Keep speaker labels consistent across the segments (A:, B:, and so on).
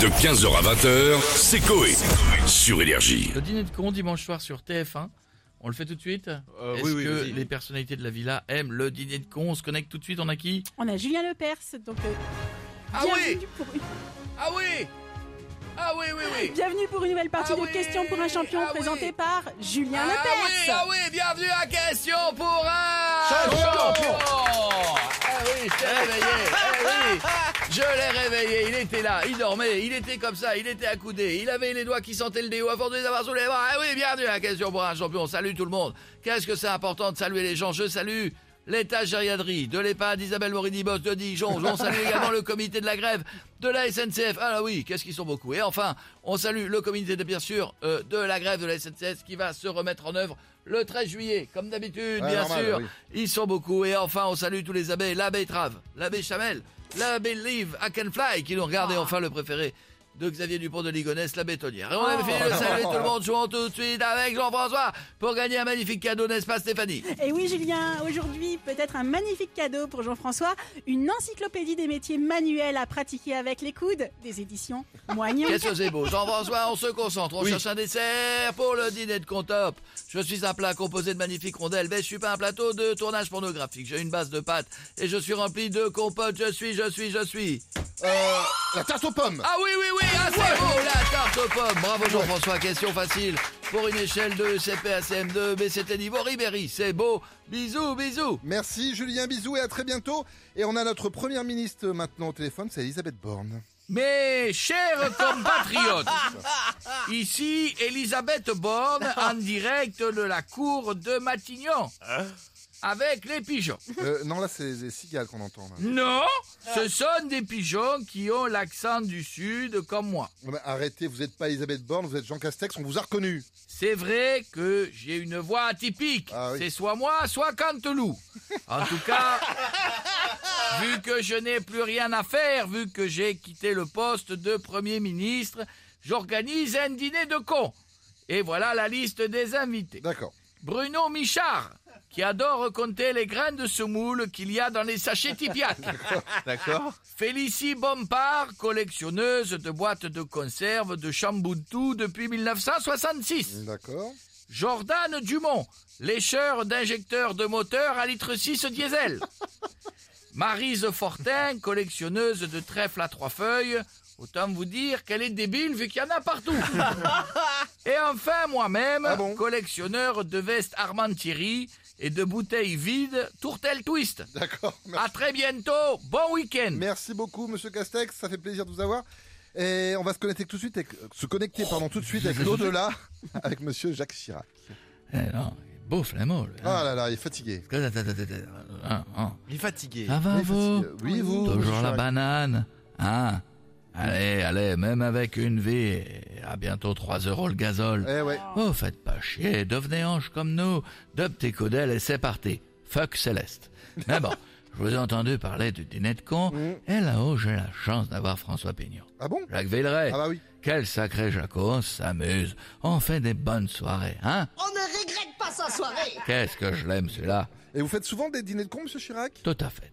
A: De 15h à 20h, c'est Coé. Sur Énergie.
B: Le dîner de con dimanche soir sur TF1. On le fait tout de suite
C: Euh,
B: Est-ce
C: oui, oui,
B: que
C: vas-y.
B: les personnalités de la villa aiment le dîner de con On se connecte tout de suite, on a qui
D: On a Julien Lepers, donc euh,
B: Ah
D: bienvenue, pour,
B: Ah oui Ah oui, oui, oui
D: bienvenue pour une nouvelle partie
B: Ah
D: de
B: oui,
D: Questions pour un champion
B: ah
D: présentée
B: oui.
D: par Julien Lepers.
B: Ah oui, bienvenue à Question pour un
C: Champion.
B: Ah oui, je l'ai réveillé, eh oui, je l'ai réveillé, il était là, il dormait, il était comme ça, il était accoudé, il avait les doigts qui sentaient le déo avant de les avoir sous les bras. Ah oui, bienvenue à Question pour un champion, salut tout le monde. Qu'est-ce que c'est important de saluer les gens, je salue... L'état gériadrie, de l'EHPAD d'Isabelle Morini-Boss de Dijon. On salue également le comité de la grève de la SNCF. Ah là oui, qu'est-ce qu'ils sont beaucoup. Et enfin, on salue le comité de, bien sûr, euh, de la grève de la SNCF qui va se remettre en œuvre le 13 juillet, comme d'habitude,
C: Ouais,
B: bien
C: normal,
B: sûr.
C: oui.
B: Ils sont beaucoup. Et enfin, on salue tous les abbés, l'abbé Trave, l'abbé Chamel, l'abbé Live, I Can Fly, qui nous regardent, et enfin le préféré de Xavier Dupont de Ligonnès, l'abbé Tonnière. Et on a fini de saluer tout le monde, jouons tout de suite avec Jean-François pour gagner un magnifique cadeau, n'est-ce pas Stéphanie
D: Et oui Julien, aujourd'hui peut-être un magnifique cadeau pour Jean-François, une encyclopédie des métiers manuels à pratiquer avec les coudes, des éditions Moignon.
B: Qu'est-ce que c'est beau Jean-François, on se concentre, on
C: Oui.
B: cherche un dessert pour le dîner de comptop. Je suis un plat composé de magnifiques rondelles, mais je suis pas un plateau de tournage pornographique. J'ai une base de pâtes et je suis rempli de compotes. Je suis, je suis, je suis.
C: Euh, la tarte aux pommes.
B: Ah oui, oui, oui, ah, c'est beau, la tarte aux pommes. Bravo Jean-François, question facile. Pour une échelle de CP à CM2, mais c'était niveau Ribéry, c'est beau. Bisous, bisous.
C: Merci Julien, bisous et à très bientôt. Et on a notre première ministre maintenant au téléphone, c'est Elisabeth Borne.
B: Mes chers compatriotes, ici Elisabeth Borne en direct de la cour de Matignon avec les pigeons.
C: Euh, non, là c'est les cigales qu'on entend. là.
B: Non, ce sont des pigeons qui ont l'accent du sud comme moi.
C: Oh, bah, arrêtez, vous n'êtes pas Elisabeth Borne, vous êtes Jean Castex, on vous a reconnu.
B: C'est vrai que j'ai une voix atypique.
C: Ah oui.
B: C'est soit moi, soit Canteloup. En tout cas, vu que je n'ai plus rien à faire, vu que j'ai quitté le poste de Premier ministre, j'organise un dîner de cons. Et voilà la liste des invités.
C: D'accord.
B: Bruno Michard, qui adore compter les grains de semoule qu'il y a dans les sachets Tipiak.
C: D'accord.
B: Félicie Bompard, collectionneuse de boîtes de conserve de Chamboutou depuis 1966.
C: D'accord.
B: Jordan Dumont, lécheur d'injecteurs de moteur à litre 6 diesel. Marise Fortin, collectionneuse de trèfles à trois feuilles. Autant vous dire qu'elle est débile vu qu'il y en a partout. et enfin, moi-même,
C: Ah bon
B: collectionneur de vestes Armand Thierry et de bouteilles vides Tourtel Twist.
C: D'accord. Merci.
B: À très bientôt, bon week-end.
C: Merci beaucoup Monsieur Castex, ça fait plaisir de vous avoir. Et on va se connecter tout de suite, avec, se connecter pardon tout de suite avec l'au-delà, avec Monsieur Jacques Chirac.
B: Eh beau flamand.
C: Ah là là, il est fatigué.
E: Il est fatigué.
B: Ça va,
C: Il est
B: vous
C: fatigué. Oui Ah vous. monsieur
B: Toujours la
C: Chirac.
B: banane, hein Allez, allez, même avec une vie, à bientôt 3 euros le gazole.
C: Eh ouais.
B: Oh, faites pas chier, devenez ange comme nous, dope tes codelles et c'est parti. Fuck Céleste. Mais bon, je vous ai entendu parler du dîner de con,
C: Mm.
B: et là-haut, j'ai la chance d'avoir François Pignon.
C: Ah bon
B: Jacques Villeray,
C: Ah bah oui.
B: quel sacré Jaco, on s'amuse, on fait des bonnes soirées, hein
F: On ne regrette pas sa soirée.
B: Qu'est-ce que je l'aime, celui-là
C: Et vous faites souvent des dîners de con, Monsieur Chirac
B: Tout à fait.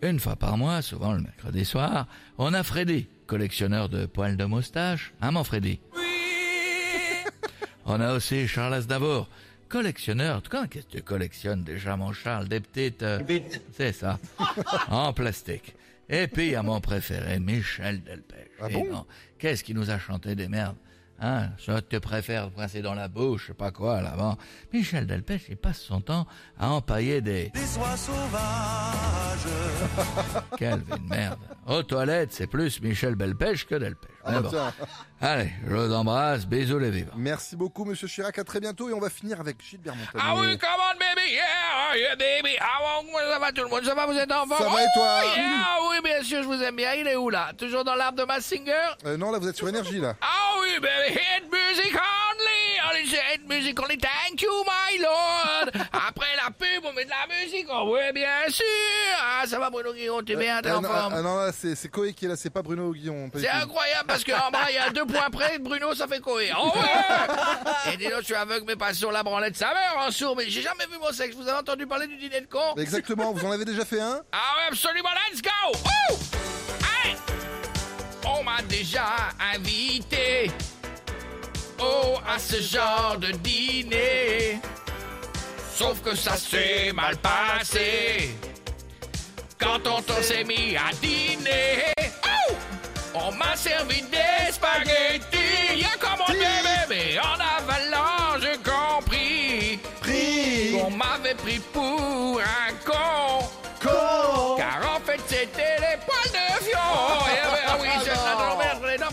B: Une fois par mois, souvent le mercredi soir, on a Freddy, collectionneur de poils de moustache. Hein, mon Freddy Oui On a aussi Charles Aznavour, collectionneur. Quand qu'est-ce que tu collectionnes déjà, mon Charles Des petites... euh, C'est ça. en plastique. Et puis, il y a mon préféré, Michel Delpech.
C: Ah
B: Et
C: bon
B: non, Qu'est-ce qu'il nous a chanté des merdes Hein, ça te préfère coincer dans la bouche, je sais pas quoi, là bon. Michel Delpech, il passe son temps à empailler des... Quelle vie de merde. Aux toilettes, c'est plus Michel Delpech que Delpech.
C: Ah
B: Mais
C: bah
B: bon.
C: tiens.
B: Allez, je vous embrasse, bisous les vivants.
C: Merci beaucoup, Monsieur Chirac. À très bientôt et on va finir avec Gilbert Montagnier.
B: Ah oui, come on baby, yeah, yeah baby, ah bon, ça va tout le monde, ça va, vous êtes en forme
C: Ça va et toi
B: Oh, yeah, oui, bien sûr, je vous aime bien, il est où là Toujours dans l'arbre de Massinger
C: Euh, non, là, vous êtes sur énergie, là.
B: Ah oui, baby, hit music only, only hit music only, thank you my lord Après la pub, on met de la musique, oh oui, bien sûr Ah, ça va Bruno Guillon, t'es bien, t'es
C: Euh,
B: en
C: non,
B: forme
C: ah, non, là, c'est c'est Coé qui est là, c'est pas Bruno Guillon. pas du
B: C'est
C: tout.
B: incroyable parce que en bas, il y a deux points près, Bruno, ça fait courir. Oh ouais Et dis donc, je suis aveugle, mais pas sur la branlette. Ça meurt en sourd, mais j'ai jamais vu mon sexe. Vous avez entendu parler du dîner de con
C: Exactement, vous en avez déjà fait un
B: Ah ouais, absolument, let's go Woo Allez On m'a déjà invité Oh, à ce genre de dîner. Sauf que ça s'est mal passé. Quand on s'est mis à dîner, oh, on m'a servi des spaghettis. Y'a comme on aimait, mais en avalant, j'ai compris
E: Pris,
B: qu'on m'avait pris pour un con.
E: con,
B: Car en fait, c'était les poils de fion. Eh ben, ah oui, je- non, mais entre les dents,